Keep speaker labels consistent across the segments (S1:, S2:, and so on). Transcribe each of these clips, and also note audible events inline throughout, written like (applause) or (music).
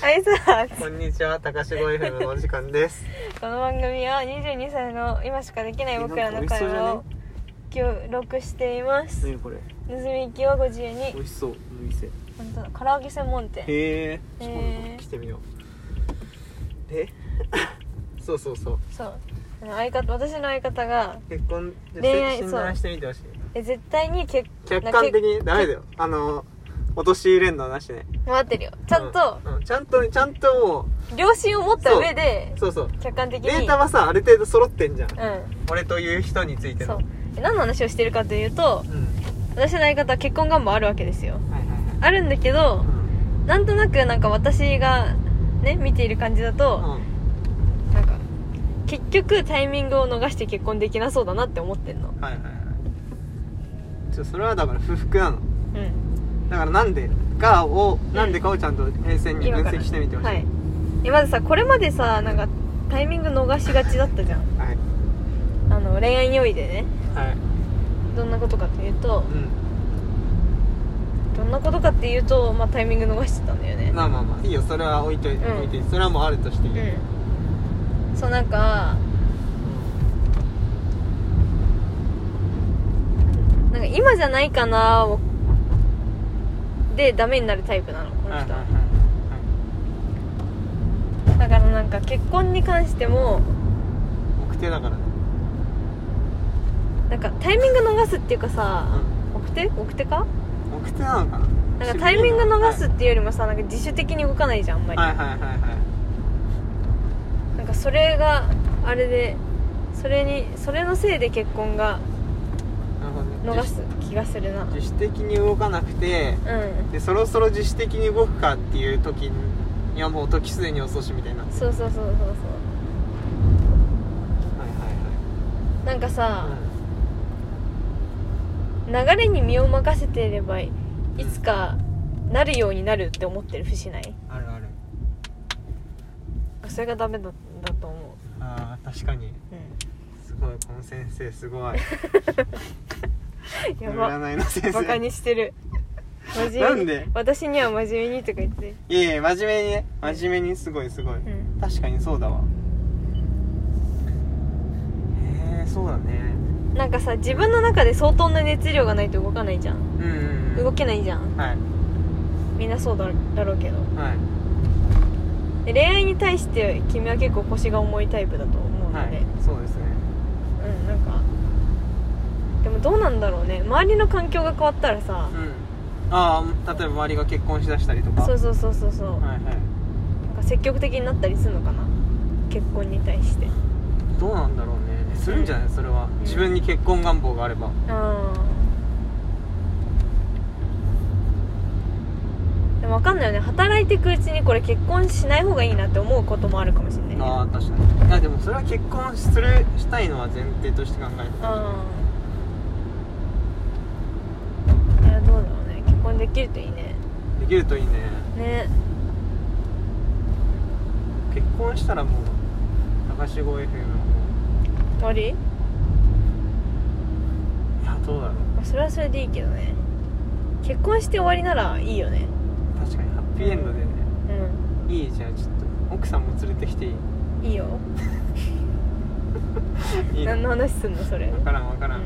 S1: 挨拶
S2: こんにちは、高志ゴイフのお時間です。
S1: この番組は22歳の今しかできない僕らの会話を記録しています
S2: (laughs) 何これ、
S1: 盗み行きはご自由
S2: 美
S1: に
S2: 味しそう、お店。へ
S1: 本当だ唐揚げ専門店
S2: え、
S1: へ
S2: 今
S1: ー
S2: 度来てみよう。で、 (laughs) そうそうそう、
S1: そうあの相方私の相方が
S2: 結婚、じ
S1: 恋愛
S2: ゃ診断してみてほしい。
S1: え絶対に結
S2: 客観的に、ダメだよ。あの、陥れんのはなしね。
S1: 待ってるよちゃんと
S2: うん、うんちゃんと、ちゃんとも
S1: 良心を持った上で
S2: う、そうそう。
S1: 客観的に
S2: データはさ、ある程度揃ってんじゃん。
S1: う
S2: 俺という人について
S1: んそ
S2: の
S1: う。え何の話をしてるかというと
S2: うん。
S1: 私の相方は結婚願望あるわけですよ
S2: はいはいはい。
S1: あるんだけどなんとなくなんか私がね見ている感じだと、
S2: うん。
S1: なんか結局タイミングを逃して結婚できなそうだなって思ってんの
S2: はいはいはいちょそれはだから不服なの
S1: うん
S2: だからなんでかをなんでかをちゃんと冷静に分
S1: 今から
S2: 析してみてほしい
S1: はいえまずさこれまでさなんかタイミング逃しがちだったじゃん
S2: はい
S1: あの恋愛においでね
S2: はい
S1: どんなことかというと
S2: う
S1: どんなことかっていうと、まあ、タイミング逃してたんだよね
S2: んまあまあまあいいよそれは置いといて、
S1: うん
S2: 置いといてそれはもうあるとしていい、うん
S1: うんそうなんかなんか今じゃないかなをでダメになるタイプなのこの
S2: はいはい
S1: 人は
S2: は
S1: だからなんか結婚に関しても
S2: い奥手だからね
S1: なんかタイミング逃すっていうか
S2: う
S1: さ
S2: ん
S1: 奥手奥手か
S2: 奥手なのかな
S1: なんかタイミング逃すっ
S2: は
S1: ていうよりもさなんか自主的に動かないじゃんあんま
S2: い
S1: り、
S2: はいはいはいはい
S1: なんかそれがあれでそれにそれのせいで結婚が
S2: なるほどね
S1: 逃す気がするな
S2: 自主自主的に動かなくて
S1: うん
S2: でそろそろ自主的に動くかっていう時にいやもう時すでに遅しみたいなはい
S1: そうそうそうそうそ
S2: は
S1: うなんかさ、
S2: いはい、うん
S1: 流れに身を任せていればいつかなるようになるって思ってる節ない
S2: あるある
S1: それがダメだだと思
S2: あー確かに
S1: う、
S2: すごいこの先生すごい
S1: (laughs) うん、やば
S2: 占いの先
S1: バカ
S2: 生
S1: にしてる真面目に
S2: なんで
S1: 私には真面目にとか言って、
S2: いやいや真面目にね真面目にすごいすごい、
S1: うん、
S2: 確かにそうだわへえそうだね
S1: なんかさ自分の中で相当な熱量がないと動かないじゃん
S2: うんうんうん
S1: 動けないじゃん
S2: はい
S1: みんなそうだだろうけど
S2: はい
S1: で恋愛に対して君は結構腰が重いタイプだと思う
S2: は
S1: ので、
S2: いそうですね
S1: うんなんかでもどうなんだろうね周りの環境が変わったらさ
S2: う、んああ例えば周りが結婚しだしたりとか
S1: そうそうそうそうそう、
S2: はいはい
S1: なんか積極的になったりするのかな結婚に対して
S2: どうなんだろうねするんじゃないそれは、
S1: ん
S2: 自分に結婚願望があれば
S1: あでも分かんないよね働いていくうちにこれ結婚しない方がいいなって思うこともあるかもしれないね
S2: ああ確かにいやでもそれは結婚するしたいのは前提として考える
S1: うんいやどうだろうね結婚できるといいね
S2: できるといいね
S1: ね
S2: 結婚したらもう高志号 FM はも
S1: 終わり
S2: ういやどうだろう
S1: まあそれはそれでいいけどね結婚して終わりならいいよね
S2: 確かにハッピーエンドでね
S1: う
S2: いいじゃあちょっと奥さんも連れてきていい
S1: んいいよ
S2: いい
S1: 何
S2: の
S1: の話すんのそれ
S2: 分からん分からん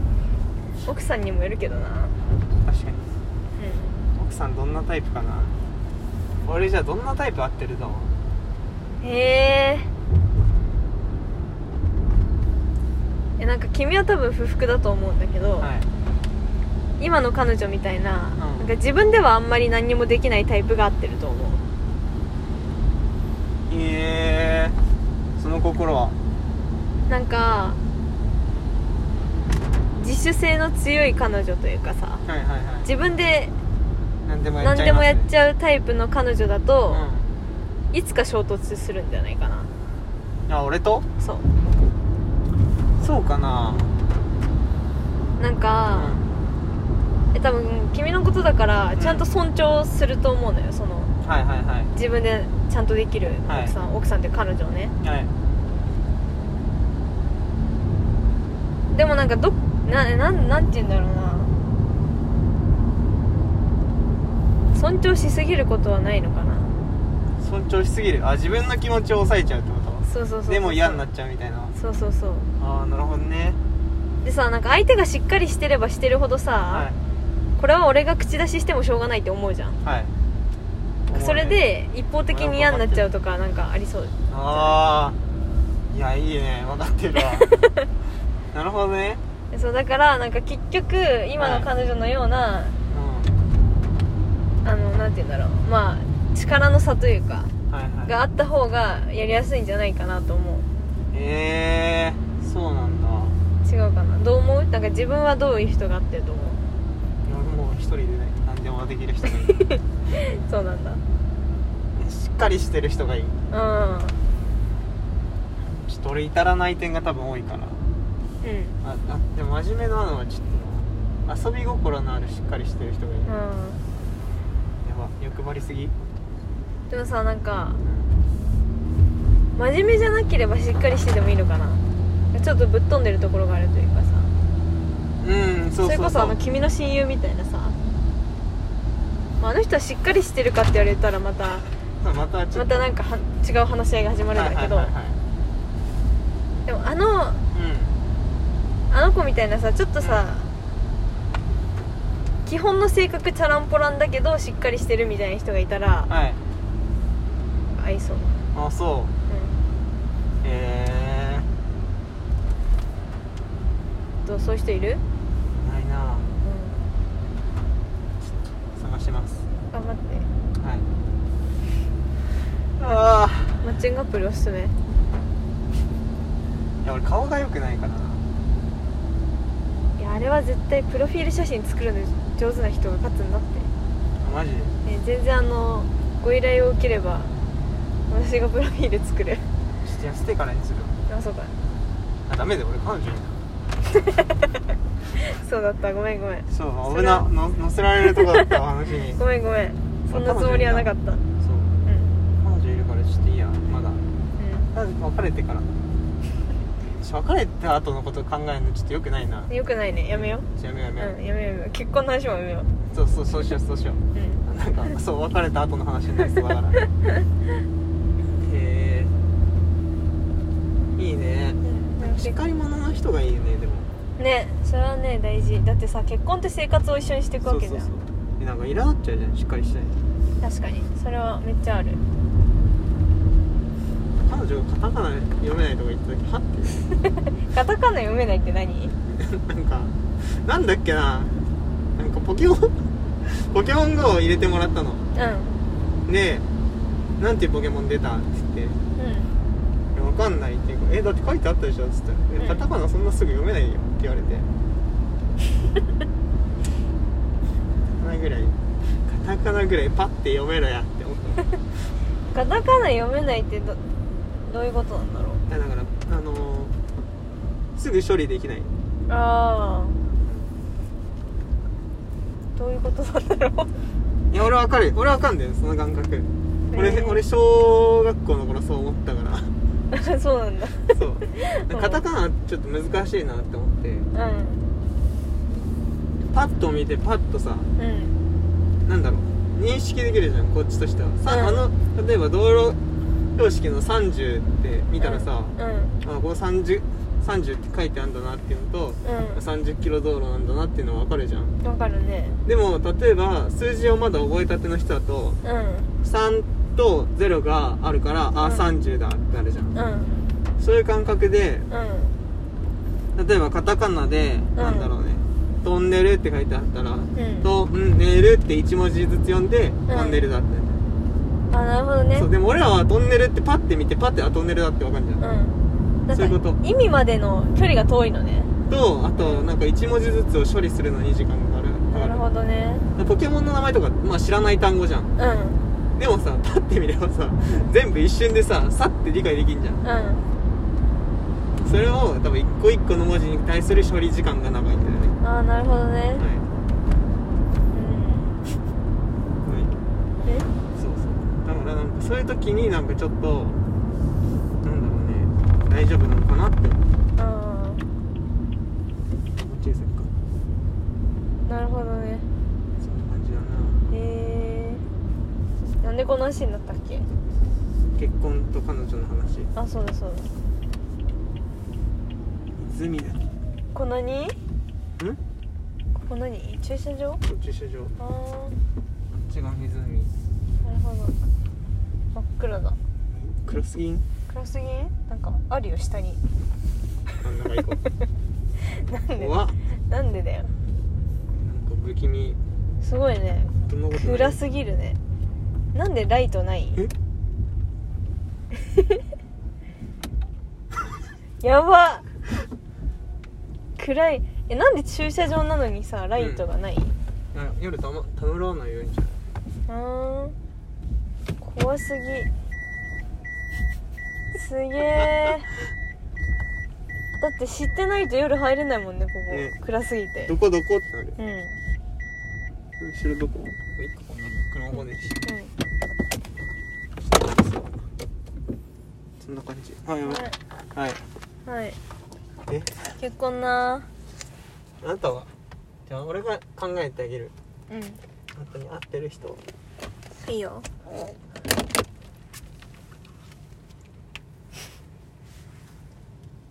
S1: (laughs) 奥さんにもよるけどな
S2: 確かに
S1: う
S2: 奥さんどんなタイプかな俺じゃあどんなタイプ合ってると思うん
S1: へーえなんか君は多分不服だと思うんだけど、
S2: はい
S1: 今の彼女みたいな,、
S2: ん
S1: なんか自分ではあんまり何にもできないタイプが合ってると思う
S2: えー、その心は
S1: なんか自主性の強い彼女というかさ
S2: はいはいは
S1: 自分で
S2: い何でもやっ
S1: 何
S2: ちゃ
S1: で
S2: い
S1: も
S2: ます、
S1: や
S2: ね、
S1: っちゃうタイプの彼女だと、
S2: ゃ
S1: いつか衝突するんじゃないかな
S2: うんあ俺と
S1: そう
S2: そうかな
S1: なん
S2: う
S1: か、
S2: ん
S1: え多分君のことだから
S2: うん
S1: ちゃんと尊重すると思うのよその
S2: はいはいは
S1: 自分でちゃんとできる
S2: はい
S1: 奥さん、奥さんって彼女をね
S2: いはい
S1: でもなんかどななんなんて言うんだろうな尊重しすぎることはないのかな
S2: 尊重しすぎるあ自分の気持ちを抑えちゃうってこと
S1: そうそうそうそう
S2: でも嫌になっちゃうみたいな
S1: そうそうそう
S2: ああなるほどね
S1: でさなんか相手がしっかりしてればしてるほどさ、
S2: は
S1: これは俺が口出ししてもしょうがないって思うじゃん
S2: いはい
S1: それで一方的に嫌になっちゃうとかなんかありそう
S2: ああいやいいね分かってる
S1: (laughs)
S2: わなるほどね
S1: そうだからなんか結局今の彼女のような、
S2: う
S1: あのなんて言うんだろうまあ力の差というか
S2: んはいはい
S1: があった方がやりやすいんじゃないかなと思う
S2: えー、そうなんだい
S1: 違うかなどう思うなんか自分はどういう人があってると思う
S2: や俺もう一人でね何でもできる人がいい
S1: (laughs) そうなんだ
S2: しっかりしてる人がいい
S1: うん
S2: ちょっと俺至らない点が多分多いから
S1: うん
S2: ああでも真面目なのはちょっと遊び心のあるしっかりしてる人がいい、や
S1: う
S2: ば欲張りすぎ
S1: んでもさなんか
S2: うん
S1: 真面目じゃなければしっかりしててもいいのかなちょっとぶっ飛んでるところがあるというかさ
S2: うんそうそうそう
S1: れこそあの君の親友みたいなさ、まあ、あの人はしっかりしてるかって言われたらまた
S2: またちょ
S1: ま
S2: っと
S1: たなんかは違う話し合いが始まるんだけど、
S2: はいはいはいはい
S1: でもあの
S2: う
S1: あの子みたいなさちょっとさ、基本の性格チャランポランだけどしっかりしてるみたいな人がいたら
S2: んはい
S1: 合いそう、
S2: あそうえ
S1: うん、どうそういう人いる、
S2: ー、ないな
S1: うん、
S2: 探してます
S1: 頑張って
S2: はいああ
S1: マッチングアプリおすすめ
S2: いや俺顔が良くないからない
S1: やあれは絶対プロフィール写真作るの上手な人が勝つんだって、
S2: マジで
S1: えー全然あのご依頼を受ければ私がプロフィール作る (laughs)
S2: ちょっと痩せてからにする
S1: あそうか
S2: あダメだよ俺彼女いない
S1: そうだったごめんごめん
S2: そう
S1: そ
S2: 危
S1: れは
S2: なの乗せられるとこだった話に (laughs) そ
S1: ご
S2: う
S1: めんごめんそんなつもりはなかったうんうん
S2: 彼女いるからちょっといいやまだまず別れてからちょ別れた後のこと考えるのちょっと良くないな
S1: よくないねやめよ
S2: ちょやめようや
S1: う、うん、
S2: め
S1: や
S2: よ
S1: めようやめよう結婚の話もやめよう
S2: う、そうそうそうしようそうしよう
S1: うん
S2: なんかそう別れた後の話になりそうだからへえいいね
S1: うん
S2: しっかり者の人がいいねでも
S1: ねそれはね大事だってさ結婚って生活を一緒にしていくわけじゃん
S2: そうそうそうえなんかいらなっちゃうじゃんしっかりしたい
S1: 確かにそれはめっちゃある
S2: 彼女がカタカナ読めないとか言った時はっ
S1: カタカナ読めないって何
S2: てなんかなんだっけななんかポケモンポケモン GO を入れてもらったの
S1: う
S2: でなんていうポケモン出たっつって
S1: んうん
S2: いやわかんないっていうか「えだって書いてあったでしょ」っつったら「
S1: う
S2: え
S1: ん
S2: カタカナそんなすぐ読めないよ」って言われてカタカナぐらいカタカナぐらいパッて読めろやって思っ
S1: カタカナ読めないってどどういうことなんだろう
S2: ただからあのーすぐ処理できない
S1: ああどういうことなんだろう
S2: いや俺わかる俺わかんだよその感覚
S1: え
S2: 俺、
S1: ー
S2: 俺小学校の頃そう思ったか
S1: (laughs)
S2: ら
S1: そうなんだ
S2: そうカタカナちょっと難しいなって思って
S1: うん
S2: パッと見てパッとさ
S1: うん
S2: なんだろう認識できるじゃんこっちとしてはさ、
S1: うん
S2: あの例えば道路標識の30って見たらさ、
S1: うんうん
S2: あこの 30, 30って書いてあるんだなっていうのと、30キロ道路なんだなっていうのは分かるじゃん
S1: うんわかるね
S2: でも例えば数字をまだ覚えたての人だと
S1: うん
S2: 3と0があるから、あ
S1: うん
S2: 30だってなるじゃん、
S1: うん
S2: そういう感覚で
S1: うん
S2: 例えばカタカナで、なんだろうね「トンネル」って書いてあったら「
S1: ん
S2: トンネル」って1文字ずつ読んで、トンネルだって
S1: あなるほどね
S2: そうでも俺らはトンネルってパッて見てパッてあトンネルだってわかるじゃん、
S1: うんなんか
S2: そういうこと
S1: 意味までの距離が遠いのね
S2: とあとなんか1文字ずつを処理するのに時間がかかる
S1: なるほどね
S2: どポケモンの名前とか、まあ、知らない単語じゃん
S1: うん
S2: でもさパッて見ればさ全部一瞬でささって理解できんじゃん
S1: う
S2: それを多分一個一個の文字に対する処理時間が長いんだよね
S1: んああなるほどね
S2: は
S1: う
S2: い、
S1: ん
S2: はい、
S1: え
S2: そうそうだからなんかそういう時になんかちょっとなんだろうね大丈夫なのかなって思
S1: あ
S2: う小さくか
S1: あなるほどね
S2: そんな感じ
S1: へ
S2: だな
S1: えなんでこの話になったっけ
S2: 結婚と彼女の話
S1: あそうだそうだ
S2: 泉だ
S1: これ何
S2: ん
S1: ここ何駐車場
S2: 駐車場
S1: ああ
S2: あっちが湖
S1: なるほど真っ暗だ
S2: 黒すぎん
S1: 暗すぎんなんかあるよ下に
S2: 真ん中行こ
S1: なん
S2: う
S1: で
S2: 怖っ
S1: なんでだよ
S2: なんか不気味
S1: すごいね
S2: どんなことない
S1: 暗すぎるねなんでライトない
S2: え
S1: (laughs) やば暗いえなんで駐車場なのにさライトがない、
S2: な夜た,、ま、たむらわないようにじゃな
S1: うーん怖すぎすげえだって知ってないと夜入れないもんねここ、
S2: ね
S1: 暗すぎて
S2: いどこどこってなる
S1: うんうん
S2: 後ろどこ一個この車もねそんな感じはいはいは
S1: は
S2: い
S1: い、はい、
S2: え
S1: 結婚な
S2: あなたはじゃあ俺が考えてあげる
S1: うん
S2: あなたに合ってる人
S1: いいよ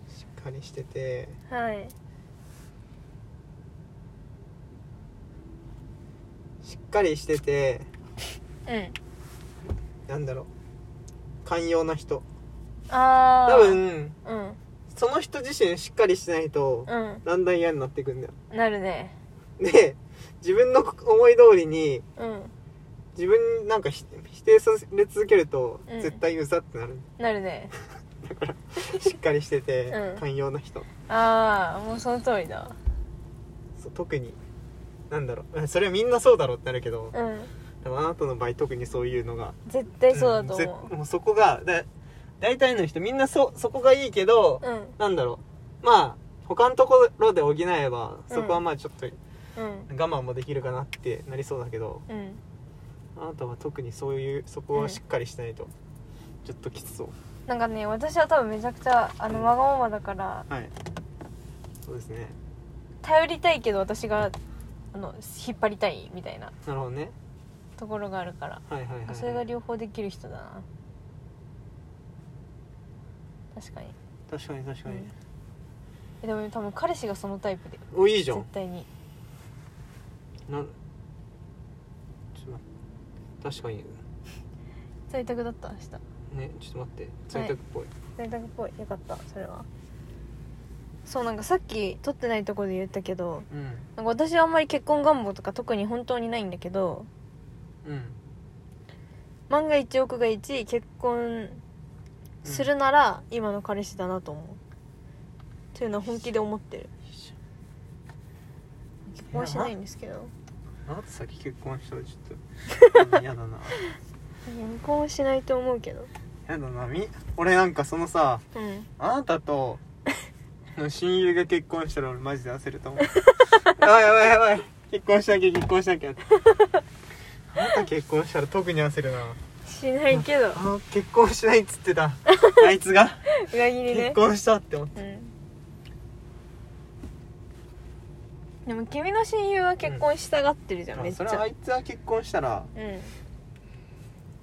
S2: しっかりしてて
S1: はい
S2: しっかりしてて
S1: うん
S2: なんだろう寛容な人
S1: ああ
S2: 多分
S1: うん
S2: その人自身しっかりしてないと
S1: う
S2: だんだん嫌になってくんだよ
S1: んなるね
S2: で自分の思い通りに
S1: うん
S2: 自分になんかひ否定され続けると
S1: うん
S2: 絶対うざってなる、
S1: なる (laughs) ね
S2: しっかりしてて、
S1: (laughs) うん
S2: 寛容な人
S1: ああもうその通りだ
S2: そう特になんだろうそれはみんなそうだろうってなるけど、
S1: うん
S2: でもあなたの場合特にそういうのが
S1: 絶対そうだと
S2: ん
S1: 思
S2: ぜもうそこがだ大体の人みんなそそこがいいけど、
S1: ううん
S2: なんだろうまあ他のところで補えばそこはまあちょっと
S1: うん
S2: 我慢もできるかなってなりそうだけど、
S1: うん
S2: あなたは特にそういうそこはしっかりしてないと、ちょっときつそう
S1: なんかね私は多分めちゃくちゃあのわがままだから
S2: はいそうですね
S1: 頼りたいけど私があの引っ張りたいみたいな
S2: なるほどね
S1: ところがあるから
S2: はいはいはい、はい、
S1: それが両方できる人だな確かに
S2: 確かに確かに、
S1: えでも多分彼氏がそのタイプで
S2: おいいじゃ
S1: 絶
S2: ん
S1: 対に
S2: なんちょっと待って確かに
S1: 在宅だった明日
S2: ねちょっと待って在宅っぽい、
S1: 在宅っぽいよかったそれはそうなんかさっき撮ってないとこで言ったけど
S2: うん
S1: なんか私はあんまり結婚願望とか特に本当にないんだけど
S2: うん
S1: 万が一億が一結婚するなら今の彼氏だなと思う、っていうのは本気で思ってる結婚はしないんですけど
S2: あなた先結婚したらちょっ (laughs) と嫌だな
S1: 結婚はしないと思うけど
S2: 嫌だなみ俺なんかそのさ
S1: うん
S2: あなたと
S1: (laughs)
S2: の親友が結婚したら俺マジで焦ると思う (laughs) やばいやばいやばい結婚しなきゃ結婚しなきゃってあなた結婚したら特に焦るな
S1: しないけど
S2: あの結婚しないっつってたあいつが
S1: (laughs) 裏切り
S2: 結
S1: ね
S2: 婚したって思って
S1: うんでも君の親友は結婚したがってるじゃん、
S2: ま
S1: め
S2: あ
S1: っち
S2: それはあ
S1: ゃ
S2: いつが結婚したら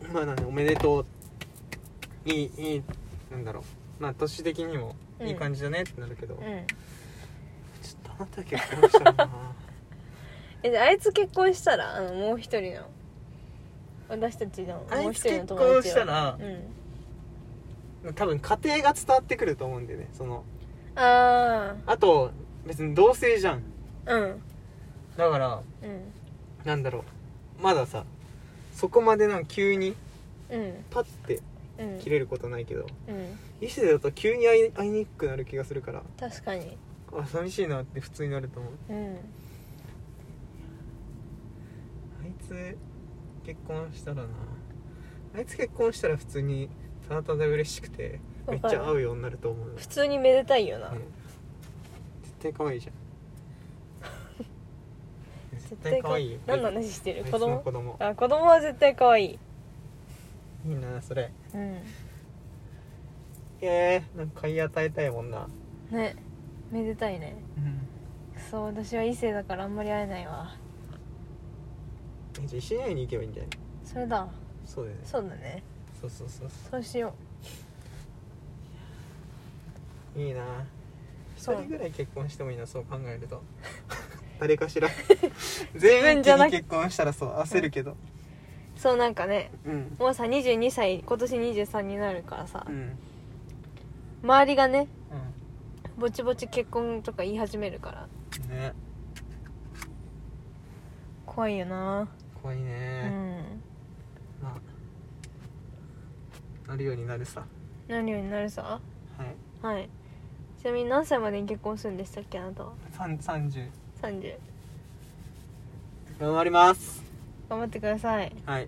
S1: うん
S2: まあなんでおめでとういいいいなんだろうまあ年的にもいい感じだねってなるけど、
S1: う
S2: ちょっ
S1: ん
S2: とあなた結婚したらな
S1: えであいつ結婚したらあのもう一人の私たちの
S2: あ
S1: もう
S2: い
S1: 一
S2: つ
S1: 人の
S2: 結
S1: 友達は
S2: 婚したら
S1: う、
S2: 多分家庭が伝わってくると思うんでねその
S1: んあ
S2: あと別に同性じゃん
S1: あうん
S2: だから
S1: うん
S2: なんだろうまださそこまでなんか急に
S1: うん
S2: パッて
S1: うん
S2: 切れることないけど
S1: うん
S2: 異性だと急に会い会いにくくなる気がするから
S1: 確かに
S2: あ寂しいなって普通になると思う
S1: うん
S2: あいつ結婚したらなあいつ結婚したら普通にただただ嬉しくてめ
S1: わ
S2: っ
S1: か
S2: ち
S1: る
S2: ゃ合うようになると思う、ね
S1: 普、通にめでたいよな、
S2: 絶対可 (laughs) 愛いじゃん絶対可
S1: 可愛
S2: 愛いよ
S1: 何の話してる
S2: あいつ
S1: 子
S2: の
S1: 供
S2: 子供
S1: あ子供は絶対可愛い
S2: いいなそれ
S1: うん
S2: えー、なんか買い与えたいもんな
S1: ねめでたいねそう私は異性だからあんまり会えないわ
S2: えじゃあ一緒に会いに行けばいいんじゃない
S1: それだ
S2: そうだよね
S1: そうだね
S2: そうそうそうそ
S1: そうしよ
S2: ういいな一
S1: そう
S2: 人ぐらい結婚してもいいなそう考えると (laughs) 誰か (laughs) しら全員
S1: 分じゃなく
S2: に結婚したらそう焦るけど
S1: うそうなんかね
S2: うん
S1: もうさ22歳今年23になるからさ、
S2: うんうん
S1: 周りがねぼちぼち結婚とか言い始めるから
S2: ね
S1: 怖いよな
S2: 怖いうね、
S1: ん
S2: まあなるようになるさ
S1: 何よりなるさ
S2: はい
S1: はいちなみに何歳までに結婚するんでしたっけあなたは
S2: さん30
S1: 30
S2: 頑張ります
S1: 頑張ってください
S2: はい